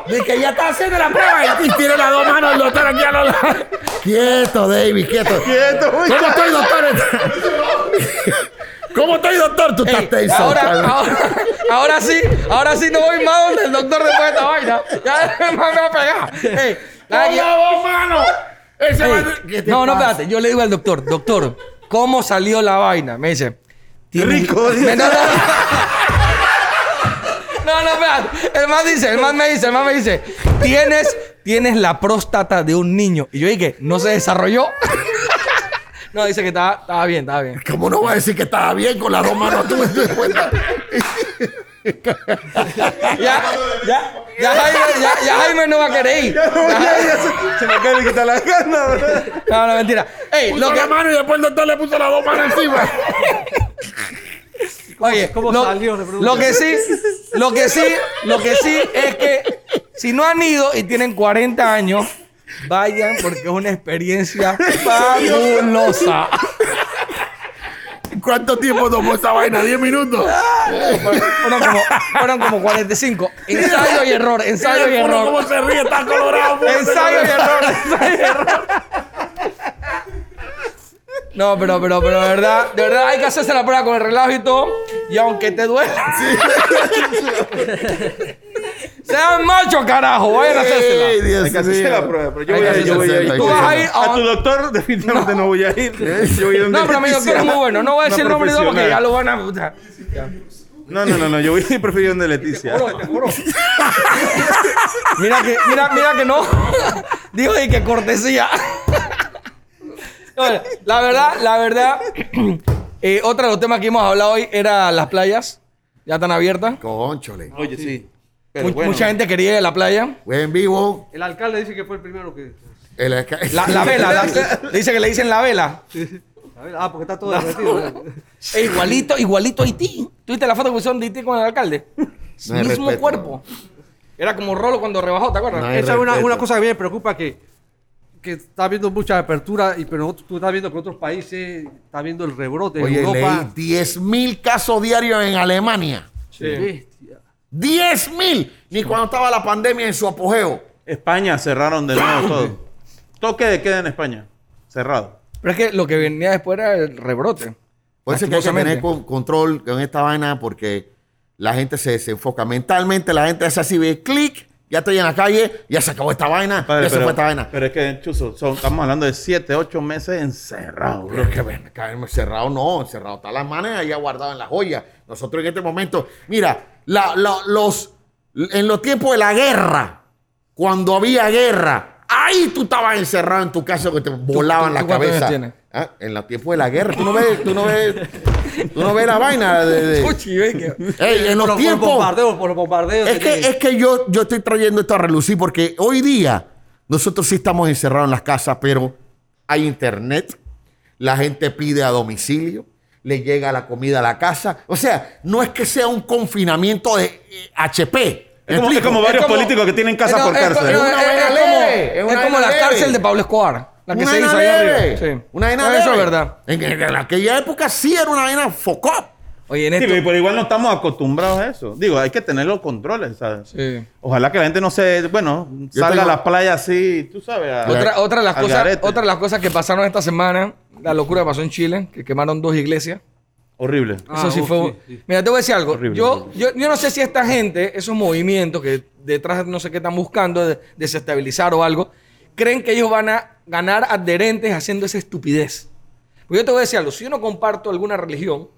de que ya está haciendo la prueba y tiene las dos manos el doctor aquí a los lados.
Quieto, David, quieto.
Quieto,
¿Cómo
muchacho.
estoy, doctor? ¿Cómo estoy, doctor? Tú estás
Ey,
tenso.
ahora,
cabrón.
ahora, ahora sí, ahora sí no voy más donde el doctor después de esta vaina. Ya el man me va a pegar. Ey, nada, yo-
dos manos! Ese
ey,
man- ¿Qué te
no, no,
pasa?
espérate. Yo le digo al doctor, doctor, ¿cómo salió la vaina? Me dice, "Tiene-
Rico, dice.
Me- No, no, no. No, no, espérate. El man dice, el man me dice, el man me dice, tienes, tienes la próstata de un niño. Y yo dije, ¿no se desarrolló? No, dice que estaba, estaba bien, estaba bien.
¿Cómo no va a decir que estaba bien con las dos manos? ¿Tú me das cuenta?
Ya, ya, ya Jaime, ya, ya Jaime no va a querer ir.
Ya, ya, ya, se- Se me acaba de quitar la gana, bro.
No, no, mentira. Ey, lo
Puso
que,
la mano y después el doctor le puso las dos manos encima.
Oye,
cómo
lo,
salió? Le pregunto.
lo que sí, lo que sí, lo que sí es que si no han ido y tienen 40 años, vayan porque es una experiencia fabulosa.
¿Cuánto tiempo tomó esa vaina? ¿Diez minutos?
Fueron como, fueron como 45. Ensayo y error, ensayo y
Mira el culo
error.
¿Cómo se ríe? Está colorado. pues.
Ensayo y error, ensayo y error. No, pero, pero, pero, de verdad, de verdad hay que hacerse la prueba con el relajo y todo. Y aunque te duela. Sean machos, carajo. Vayan a hacérsela.
Ey, Dios
Hay que hacerse
mío.
la prueba, pero yo
Hay
voy
que
a ir, yo voy a ir.
hacerse la
Tú vas a ir a-
A tu doctor definitivamente no, voy a ir. Yo voy a ir donde
No, pero mi doctor es muy
Leticia,
bueno. No voy a
una
decir el nombre y todo porque ya
profesional.
lo van a. puta.
No, no, no, no, yo voy a ir preferido donde Leticia.
Mira que, mira, mira que no. Digo, y que cortesía. Bueno, la verdad, la verdad. eh, otro de los temas que hemos hablado hoy era las playas. Ya están abiertas.
Cónchole.
Oye, sí.
Mu- Mucha gente quería ir a la playa.
Fue en vivo.
el alcalde dice que fue el primero que.
el esca-
La, la vela. la- dice que le dicen la vela.
A ver, ah, porque está todo derretido.
Eh, igualito, igualito a Haití. ¿Tuviste la foto que pusieron de Haití con el alcalde?
No hay
Mismo
respeto.
cuerpo. Era como Rolo cuando rebajó, ¿te acuerdas?
No hay
Esa es una,
respeto.
una cosa que a mí me preocupa que, que está habiendo mucha apertura, y, pero tú estás viendo que otros países, está viendo el rebrote
Oye,
en Europa.
leí 10.000 casos diarios en Alemania.
Bestia.
10.000. Ni cuando estaba la pandemia en su apogeo.
España cerraron de nuevo todo. Toque de queda en España. Cerrado.
Pero es que lo que venía después era el rebrote.
Por eso es que hay que tener
Lastimosamente.
con- control con esta vaina porque la gente se desenfoca mentalmente. La gente hace así, ve clic, ya estoy en la calle, ya se acabó esta vaina,
Padre,
ya se fue esta vaina.
pero es que, Chuzo, son- estamos hablando de 7, 8 meses encerrados, bro.
Pero es que ven, cabrón, cerrado no, cerrado está las manos allá guardado en la joya. Nosotros en este momento, mira, la- la- los, en los tiempos de la guerra, cuando había guerra, ahí tú estabas encerrado en tu casa que te volaban
tú
la
cuántos años
cabeza.
tienes?
Ah, En los tiempos de la guerra, tú no ves, tú no ves, tú no ves la vaina de- de-
Puchi, ve que-
Ey, en
Por
los
los
tiempos.
bombardeos, por los bombardeos.
Es que, es que yo, yo estoy trayendo esto a relucir porque hoy día nosotros sí estamos encerrados en las casas, pero hay internet, la gente pide a domicilio, le llega la comida a la casa. O sea, no es que sea un confinamiento de eh, HP. ¿Me
Es como, es
explico?
como varios
como-
políticos que tienen casa
No,
por
es co-
cárcel.
no,
Es una
es-
vaina
es
leve,
como-
es una
Es como
vaina
la
leve.
cárcel de Pablo Escobar. La que
una
se hizo
vaina
ahí
leve.
arriba. Sí.
Una vaina
Eso es
leve.
verdad.
En, en aquella época sí era una vaina focó.
Oye, en
Sí,
esto.
pero igual no estamos acostumbrados a eso. Digo, hay que tener los controles, ¿sabes?
Sí.
Ojalá que la gente no se, bueno,
Yo
salga
tengo-
a las playas así, tú sabes. a-
Otra, otra, de las
al
cosas,
garete.
otra de las cosas que pasaron esta semana, la locura que pasó en Chile, que quemaron dos iglesias.
Horrible.
Eso
Ah,
sí
oh,
fue.
sí, sí.
Mira, te voy a decir algo.
Horrible,
yo, yo, yo no sé si esta gente, esos movimientos que detrás no sé qué están buscando, de- desestabilizar o algo, creen que ellos van a ganar adherentes haciendo esa estupidez. Porque yo te voy a decir algo. Si yo no comparto alguna religión,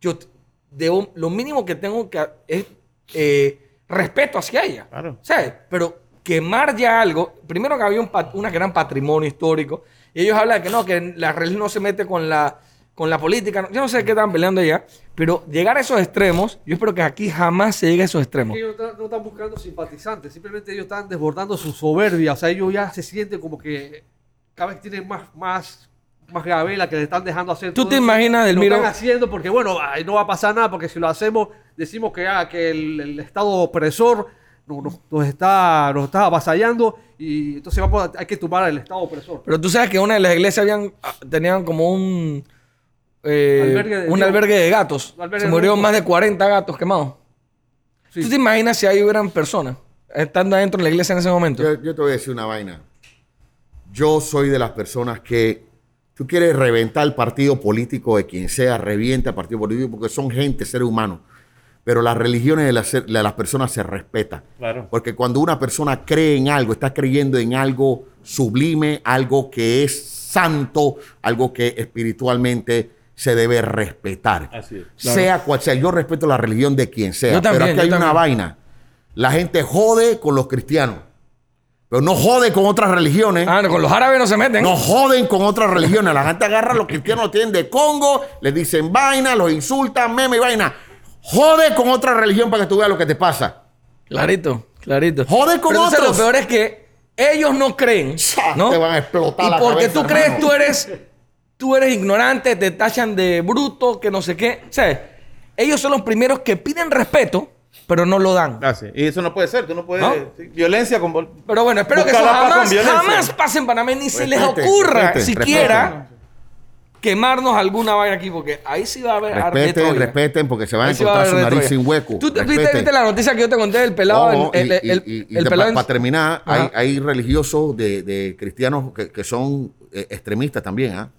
yo t- debo- lo mínimo que tengo que ha- es eh, respeto hacia ella.
Claro.
¿Sabes? Pero quemar ya algo, primero que había un, pat- una gran patrimonio histórico, y ellos hablan de que no, que la religión no se mete con la, con la política, no- yo no sé qué están peleando ya, pero llegar a esos extremos, yo espero que aquí jamás se llegue a esos extremos.
Que ellos no, no están buscando simpatizantes, simplemente ellos están desbordando su soberbia. O sea, ellos ya se sienten como que cada vez tienen más, más, más gabela que le están dejando hacer.
¿Tú
todo
te
eso.
imaginas,
Lo
Delmiro?
están haciendo porque, bueno, ay, no va a pasar nada, porque si lo hacemos, decimos que, ah, que el, el Estado opresor no- nos, nos está, nos está avasallando y entonces vamos a- hay que tumbar al Estado opresor.
Pero tú sabes que una de las iglesias habían, ah, tenían como un, eh,
Albergue de-
un albergue de gatos.
Un albergue
se
de
murieron más
locos.
de 40 gatos quemados.
Sí.
¿Tú te imaginas si ahí hubieran personas estando adentro de la iglesia en ese momento?
Yo, yo te voy a decir una vaina. Yo soy de las personas que tú quieres reventar el partido político de quien sea, revienta el partido político porque son gente, seres humanos. Pero las religiones de las, ser- de las personas se respetan.
Claro.
Porque cuando una persona cree en algo, está creyendo en algo sublime, algo que es santo, algo que espiritualmente se debe respetar.
Así es.
Sea cual sea, yo respeto la religión de quien sea,
Yo también,
pero aquí
yo
hay una
también.
vaina. La gente jode con los cristianos, pero no jode con otras religiones.
Ah, no, con los árabes no se meten.
No joden con otras religiones. La gente agarra a los cristianos, los tienen de Congo, les dicen vaina, los insultan, meme y vaina. Jode con otra religión para que tú veas lo que te pasa.
Clarito, clarito.
Jode con
Pero entonces
otros.
Lo peor es que ellos no creen.
Cha,
¿no?
te van a explotar
Y
la
porque
cabeza,
tú crees,
hermano.
tú eres, tú eres ignorante, te tachan de bruto, que no sé qué. O sea, ellos son los primeros que piden respeto, pero no lo dan.
Así. Ah, Y eso no puede ser, tú no puedes.
¿No?
sí, Violencia con. vol-
Pero bueno, espero que
Buscar
eso
la paz
jamás,
con violencia.
jamás pase en Panamá y ni se les
Respeten,
ocurra
respeten,
siquiera quemarnos alguna vaina aquí, porque ahí sí va a haber arte de
Respeten,
Troya.
respeten, porque se van a
Ahí sí va
encontrar
haber
su
de
nariz
Troya.
sin hueco.
¿Tú te- viste,
Respeten.
viste la noticia que yo te conté del pelado?
Ojo,
en- el,
y- y-
el-
y- y
el
de-
pelado
pa-
en-
para terminar, hay,
Ajá.
hay religiosos de, de cristianos que, que son eh, extremistas también, ¿ah?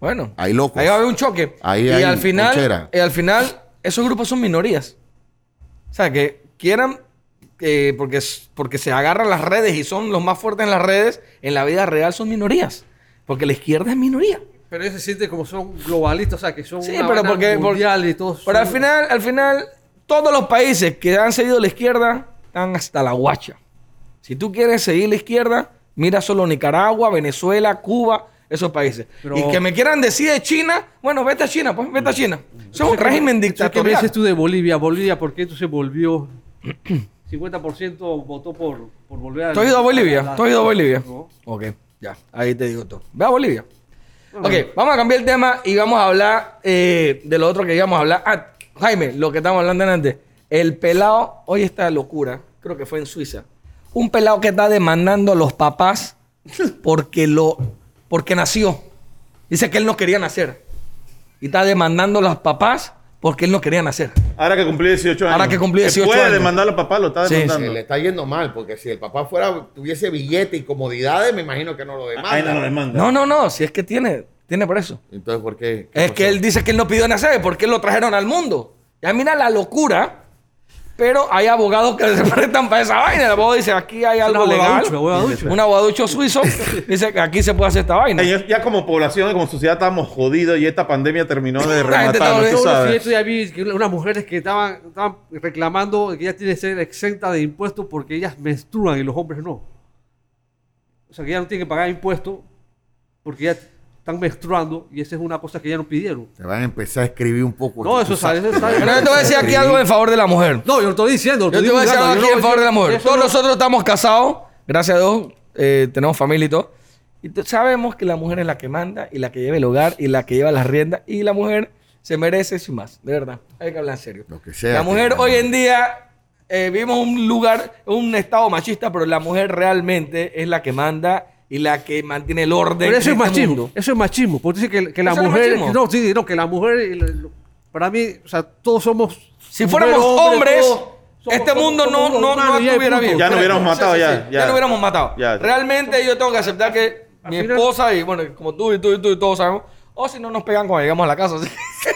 Bueno.
Hay locos.
Ahí va a haber un choque.
Ahí
y
hay
al final,
ponchera.
y al final, esos grupos son minorías. O sea, que quieran, eh, porque, s- porque se agarran las redes y son los más fuertes en las redes, en la vida real son minorías. Porque la izquierda es minoría.
Pero ellos se sienten como son globalistas, o sea, que son
Sí,
una
pero
vaina
porque, porque-
mundial y todos
pero al
son-
final, al final, todos los países que han seguido la izquierda están hasta la guacha. Si tú quieres seguir la izquierda, mira solo Nicaragua, Venezuela, Cuba, esos países.
Pero-
Y que me quieran decir de China, bueno, vete a China, pues vete a China. Eso es un régimen
Entonces, ¿Qué me
dictatorial.
dices tú de Bolivia? Bolivia, ¿por qué esto se volvió? 50% votó por, por volver a...
¿Tú has ido a Bolivia?
la-
¿Tú has ido a Bolivia?
No.
Ok, ya, ahí te digo todo. Ve a Bolivia. Ok, vamos a cambiar el tema y vamos a hablar eh, de lo otro que íbamos a hablar. Ah, Jaime, lo que estamos hablando antes. El pelado, hoy esta locura, creo que fue en Suiza. Un pelado que está demandando a los papás porque lo porque nació. Dice que él no quería nacer. Y está demandando a los papás porque él no quería nacer.
Ahora que cumplí 18 años.
Ahora que cumplí 18
puede
años.
demandar a papá, lo está
Sí,
demandando.
Se le está yendo mal, porque si el papá fuera, tuviese billete y comodidades, me imagino que no lo demanda.
Ahí no lo demanda.
No, no, no, si es que tiene, tiene por eso.
Entonces, ¿por qué? ¿Qué
Es que
pasó?
él dice que él no pidió nacer porque lo trajeron al mundo. Ya mira la locura. Pero hay abogados que se prestan para esa vaina. El abogado dice, aquí hay algo legal.
abogaducho, abogaducho.
Un abogaducho suizo dice que aquí se puede hacer esta vaina.
Ellos ya como población y como sociedad estamos jodidos y esta pandemia terminó de
La gente está
rematarnos, tú
jodida.
Yo
sabes.
esto ya vi que unas mujeres que estaban, estaban reclamando que ellas tienen que ser exentas de impuestos porque ellas menstruan y los hombres no. O sea, que ellas no tienen que pagar impuestos porque ellas están menstruando y esa es una cosa que ellas no pidieron.
Te van a empezar a escribir un poco.
No, eso
sale.
sale. Eso sale.
Pero yo te voy a decir aquí algo en favor de la mujer.
No, yo lo estoy diciendo. lo
Yo
estoy
te voy a decir
divulgando,
algo
yo
aquí
no-
en favor de la mujer.
eso
Todos
no-
nosotros estamos casados. Gracias a Dios. eh, tenemos familia y todo. Y t- sabemos que la mujer es la que manda y la que lleva el hogar y la que lleva las riendas. Y la mujer se merece sin más. De verdad. Hay que hablar en serio.
Lo que sea
La
que
mujer
gane.
hoy en día eh, vivimos un lugar, un estado machista, pero la mujer realmente es la que manda y la que mantiene el orden.
Pero eso
en este
es machismo.
mundo.
Eso es machismo. Porque dice que, que la
¿Eso es
mujer.
machismo?
No, sí, sí, no, que la mujer. y la- lo- Para mí, o sea, todos somos.
Si fuéramos hombres, este mundo no- no- no estuviera bien.
Ya nos hubiéramos
Sí,
matado,
sí,
ya,
sí.
ya.
no hubiéramos matado.
Ya.
Realmente yo tengo que aceptar que
Al
mi
final-
esposa y, bueno, como tú y tú y tú y todos sabemos, o si no nos pegan cuando llegamos a la casa. así.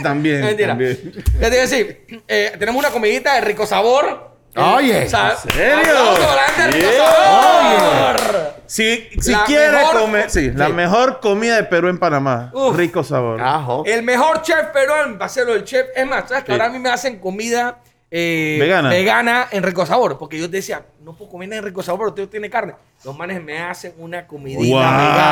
También.
Mentira.
también.
Ya te iba a decir, eh, tenemos una comidita de rico sabor.
Oye,
Sa-
¿en serio?
aplauso para la gente de rico
Yeah.
sabor.
Si, si
La
quieres
mejor-
comer. Sí, la
Sí.
mejor comida de Perú en Panamá.
Uf. Ah.
Rico sabor.
Carajo.
El mejor chef peruano, parcero, el chef. Es más, ¿sabes que
Sí.
ahora a mí me hacen comida eh,
Vegana.
en Rico Sabor? Porque yo decía, no puedo comer nada en Rico Sabor, pero tiene carne. Los manes me hacen una comidita
Wow.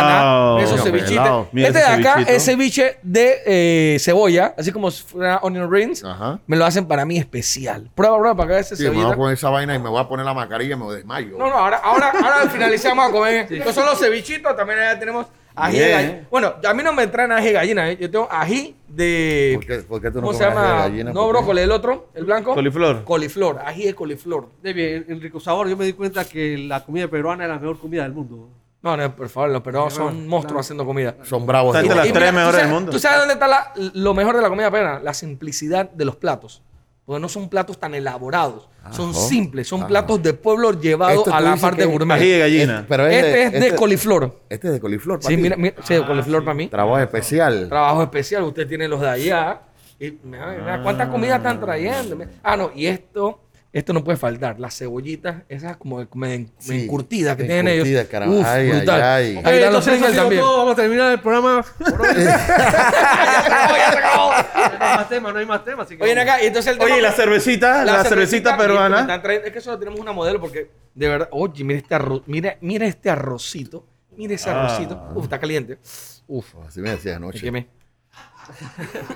vegana. Esos
Mira,
cevichitos.
pelado.
Mira
este de
ese
acá
cevichito.
es ceviche de eh, cebolla, así como si fuera onion rings.
Ajá.
Me lo hacen para mí especial. Prueba, prueba, para que veas ese
Sí, me voy
cebollita.
a poner esa vaina y me voy a poner la mascarilla y me desmayo.
No, no, ahora, ahora, ahora al finalizar vamos a comer. Estos son los cevichitos, también allá tenemos ají de
Bien.
gallina. Bueno, a mí no me traen ají de gallina, ¿eh? yo tengo ají de...
¿Por qué- por qué tú no
¿Cómo se
comes ají de
llama?
gallina?
no,
¿Por qué?
brócoli, el otro, el blanco.
Coliflor.
Coliflor, ají de coliflor.
De bien, en Rico Sabor, yo me di cuenta que la comida peruana es la mejor comida del mundo.
No, no, por favor, los peruanos son monstruos haciendo comida.
Son bravos.
Está
de
entre las
guapo.
tres
tú
mejores
sabes-
del mundo.
¿Tú sabes dónde está la- lo mejor de la comida peruana? La simplicidad de los platos. Porque no son platos tan elaborados. son
Ajá.
simples, son
Ajá.
platos de pueblo llevados
Ah, Esto
a
tú
la
dices
parte
que-
gourmet.
Ají de gallina.
Pero
este es de coliflor.
Este Ah, es de coliflor,
Sí,
papi.
mira, mira, sí, coliflor para mí.
Trabajo especial.
Trabajo especial, usted tiene los de allá. Y, mira, mira, ¿Cuántas comidas están trayendo? Mira. Ah, no, y esto, esto no puede faltar. Las cebollitas, esas como de- me, me
Sí,
encurtidas que
me
tienen ellos.
encurtidas, caramba.
Uf,
Ay, ay,
brutal.
ay.
Aquí
Ok,
están los
Eh, entonces, eso ha
Pringles
sido
también.
todo. Vamos a terminar el programa. Por hoy.
Ya se acabó, ya se acabó.
no hay más temas, no hay más temas. Así que
Oye, ven
vamos.
acá, y entonces el tema-
Oye, ¿y la cervecita, la, cervecita,
y esto me
peruana.
están trayendo- es que solo tenemos una modelo porque, de verdad, oye, mira este, arroz, mira, mira este arrocito. Mira ese
Ah.
arrocito. Uf, está caliente.
Uf, así me decías
Me
anoche.
quemé.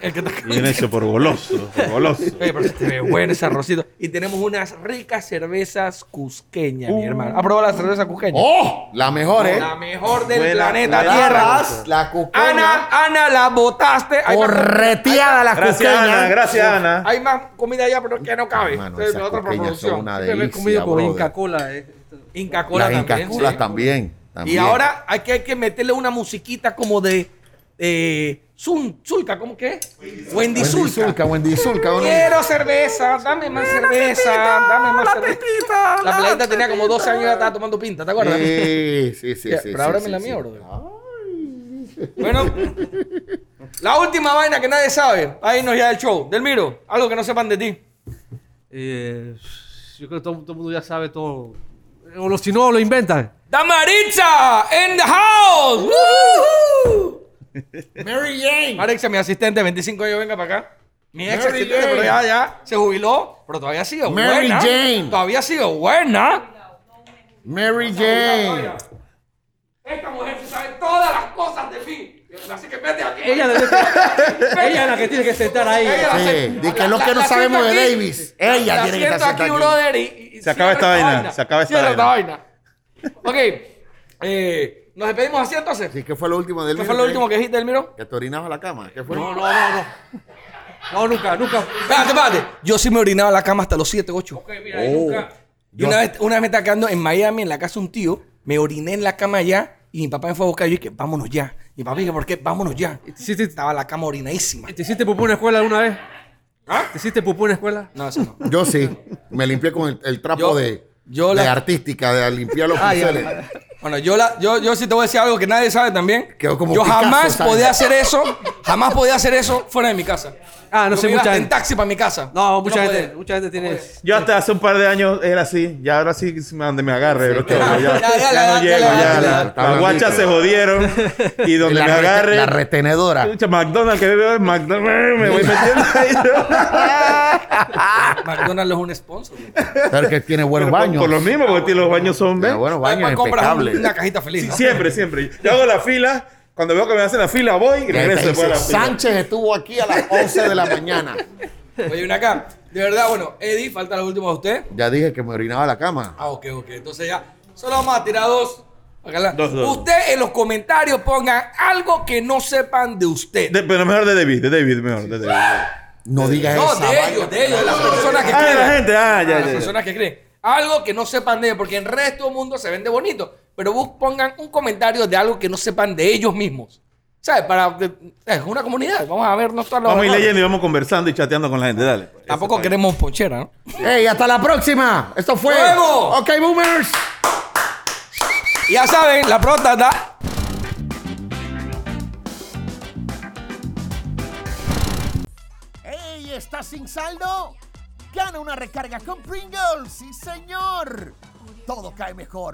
El que está caliente.
Viene eso por goloso, por goloso.
Oye, pero se te ve bueno ese arrocito. Y tenemos unas ricas cervezas cusqueñas, mi
Uh.
hermano. ¿Ha probado la cerveza cusqueña?
¡Oh! La mejor, ¿eh?
La mejor del
Buena,
planeta
buena.
Tierra.
Arras, la cuqueña.
Ana, Ana, la botaste. Hay más-
Correteada la
Gracias,
cuqueña.
Ana. Gracias, Ana.
Hay más comida allá, pero que no cabe.
Hermano,
Entonces,
esas
otra
coqueñas
producción.
son una
Siempre me he
delicia,
comido con
brother.
Inca Cola. eh.
Inca Cola
Las
también.
Inca Colas
sí.
también,
Y
también.
ahora hay que, hay que meterle una musiquita como de. Eh, Zun- Zulka, ¿cómo que? es? Wendy
Wendy
Zulka.
Zulka, Wendy Zulka. ¿o no?
Quiero cerveza, dame más cerveza, dame más cerveza. La planeta tenía como 12 años y ya estaba tomando pinta, ¿te acuerdas?
Sí, sí, sí.
Ya,
sí,
pero
sí,
ábrame
sí,
la
sí. Ah.
mía, brother. Bueno, la última vaina que nadie sabe. Ahí nos ya el show. Delmiro, algo que no sepan de ti.
Eh, yo creo que todo, todo el mundo ya sabe todo. O lo- si no, lo inventan.
Damaritza in the house. Mary Jane. Maritza, mi asistente, 25 años, venga para acá. Mi ex
Mary
asistente,
Jane.
pero ya, ya se jubiló, pero todavía ha sido
Mary
buena.
Jane.
Todavía ha sido buena.
Mary Jane.
Esta mujer se sabe todas las cosas de mí. Así que vete aquí.
Ella, debe- ella es la que tiene que sentar ahí.
Ella la
Sí,
siente-
di que
la-
lo
la-
que no
la
sabemos
siento
de
aquí.
Davis, ella
La
tiene que estar
siento aquí,
sentada aquí.
brother, y- y- y
Se acaba
cierra
esta vaina, se acaba esta
Cierra
vaina.
esta vaina. Ok. eh, Nos despedimos así entonces.
Sí, ¿Qué fue lo último del
¿Qué fue lo último que dijiste, Elmiro?
Que te orinabas la cama. ¿Qué fue?
No, no, no, no. No, nunca, nunca.
Espérate, espérate. Yo sí me orinaba en la cama hasta los 7, 8.
Oh.
Y una vez, una vez me estaba quedando en Miami, en la casa de un tío, me oriné en la cama allá y mi papá me fue a buscar y yo dije, vámonos ya. Mi papá dije, ¿por qué? Vámonos ya.
Sí, sí.
Estaba la cama orinadísima.
¿Te hiciste pupú en la escuela alguna vez?
¿Ah?
¿Te hiciste pupú en la escuela?
No, eso no.
Yo sí. Me limpié con el, el trapo
Yo-
de,
yo
de
la- Ah,
artística, de limpiar los pinceles.
Bueno, yo, la, yo, yo sí te voy a decir algo que nadie sabe también.
Quedó como
yo
Picasso,
jamás
¿sabes?
podía hacer eso, jamás podía hacer eso fuera de mi casa.
Ah, no
Yo
sé,
me iba
mucha
hasta en
gente.
taxi para mi casa.
No,
Yo
mucha gente,
podía.
mucha gente tiene.
Yo hasta hace un par de años era así, y ahora sí que se me- donde me agarre, bro,
claro.
todo, ya,
Ya, ya,
ya
la edad,
no
ya
llego,
la
ya,
edad, ya la
la-
edad.
las guachas se jodieron, y donde
la,
me
rete-
agarre,
la retenedora.
pucha, McDonald's que veo, McDonald's, eh, me voy metiendo ahí,
Ah, McDonald's es un sponsor. güey.
Pero que tiene buenos
Pero por,
baños.
por lo mismo, porque los baños son, ¿ves?
Tiene buenos
Además,
baños
compras pues, un-
impecables.
una cajita feliz.
Sí,
¿no?
siempre, siempre, yo hago la fila, cuando veo que me hacen la fila, voy y
Que te
regreso
dice,
después de la fila.
Sánchez estuvo aquí a las 11 de la mañana.
Oye, una acá. De verdad, bueno, Eddie, falta la última de usted.
Ya dije que me orinaba la cama.
Ah, ok, ok. Entonces ya, solo vamos a tirar dos. Acá la-
Dos, dos.
Usted en los comentarios pongan algo que no sepan de usted.
De- pero mejor de David, de David, mejor, de David.
No digas
no,
esa
de
Eh,
vaina.
ellos, de ellos, de las personas que
Ah, de
creen.
la gente, ah, ya,
las
ya, ya.
personas que creen. Algo que no sepan de ellos, porque en redes todo el mundo se vende bonito. Pero vos pongan un comentario de algo que no sepan de ellos mismos. ¿Sabes? Para, eh, es una comunidad. Vamos a vernos todos los
Vamos a ir
valores.
leyendo y vamos conversando y chateando con la gente. Dale. pues.
Tampoco
Eso está bien.
queremos ponchera, ¿no?
¡Ey, hasta la próxima! Esto fue.
¡Fuego!
¡Ok, boomers!
Y ya saben, la próstata
¡Ey! ¿Estás sin saldo? Gana una recarga con Pringles, sí señor. Todo cae mejor